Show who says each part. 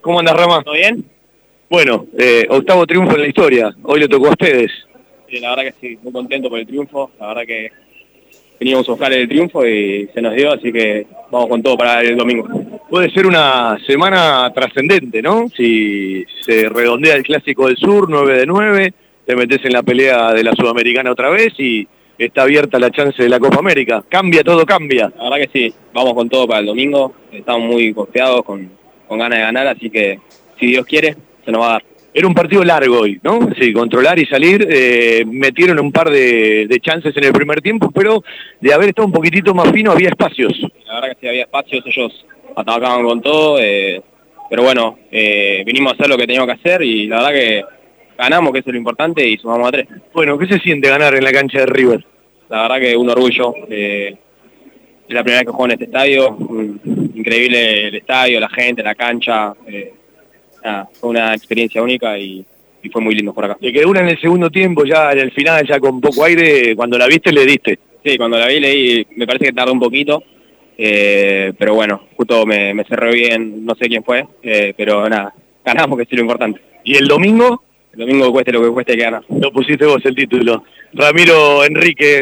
Speaker 1: ¿Cómo andas, Ramón?
Speaker 2: ¿Todo bien?
Speaker 1: Bueno, eh, octavo triunfo en la historia. Hoy le tocó a ustedes.
Speaker 2: Sí, Eh, la verdad que sí, muy contento por el triunfo. La verdad que veníamos a buscar el triunfo y se nos dio, así que vamos con todo para el domingo.
Speaker 1: Puede ser una semana trascendente, ¿no? Si se redondea el Clásico del Sur, 9 de 9, te metes en la pelea de la Sudamericana otra vez y está abierta la chance de la Copa América. Cambia, todo cambia.
Speaker 2: La verdad que sí, vamos con todo para el domingo. Estamos muy confiados, con, con ganas de ganar, así que si Dios quiere, se nos va a dar.
Speaker 1: Era un partido largo hoy, ¿no? Sí, controlar y salir. eh, metieron un par de, de chances en el primer tiempo, pero de haber estado un poquitito más fino había espacios.
Speaker 2: La verdad que sí había espacios, ellos atacaban con todo, eh, pero bueno, eh, vinimos a hacer lo que teníamos que hacer y la verdad que ganamos, que eso es lo importante, y sumamos a tres.
Speaker 1: Bueno, ¿qué se siente ganar en la cancha de River?
Speaker 2: La verdad que un orgullo. eh, es la primera vez que juego en este estadio, mm, increíble el estadio, la gente, la cancha. eh, nada, fue una experiencia única y, y fue muy lindo por acá.
Speaker 1: Te quedó una en el segundo tiempo, ya en el final, ya con poco aire, cuando la viste le diste.
Speaker 2: Sí, cuando la vi leí, me parece que tardó un poquito, eh, pero bueno, justo me, me cerró bien, no sé quién fue, eh, pero nada, ganamos que es lo importante.
Speaker 1: Y el domingo
Speaker 2: El domingo cueste lo que cueste hay que ganar.
Speaker 1: lo pusiste vos el título. Ramiro Enrique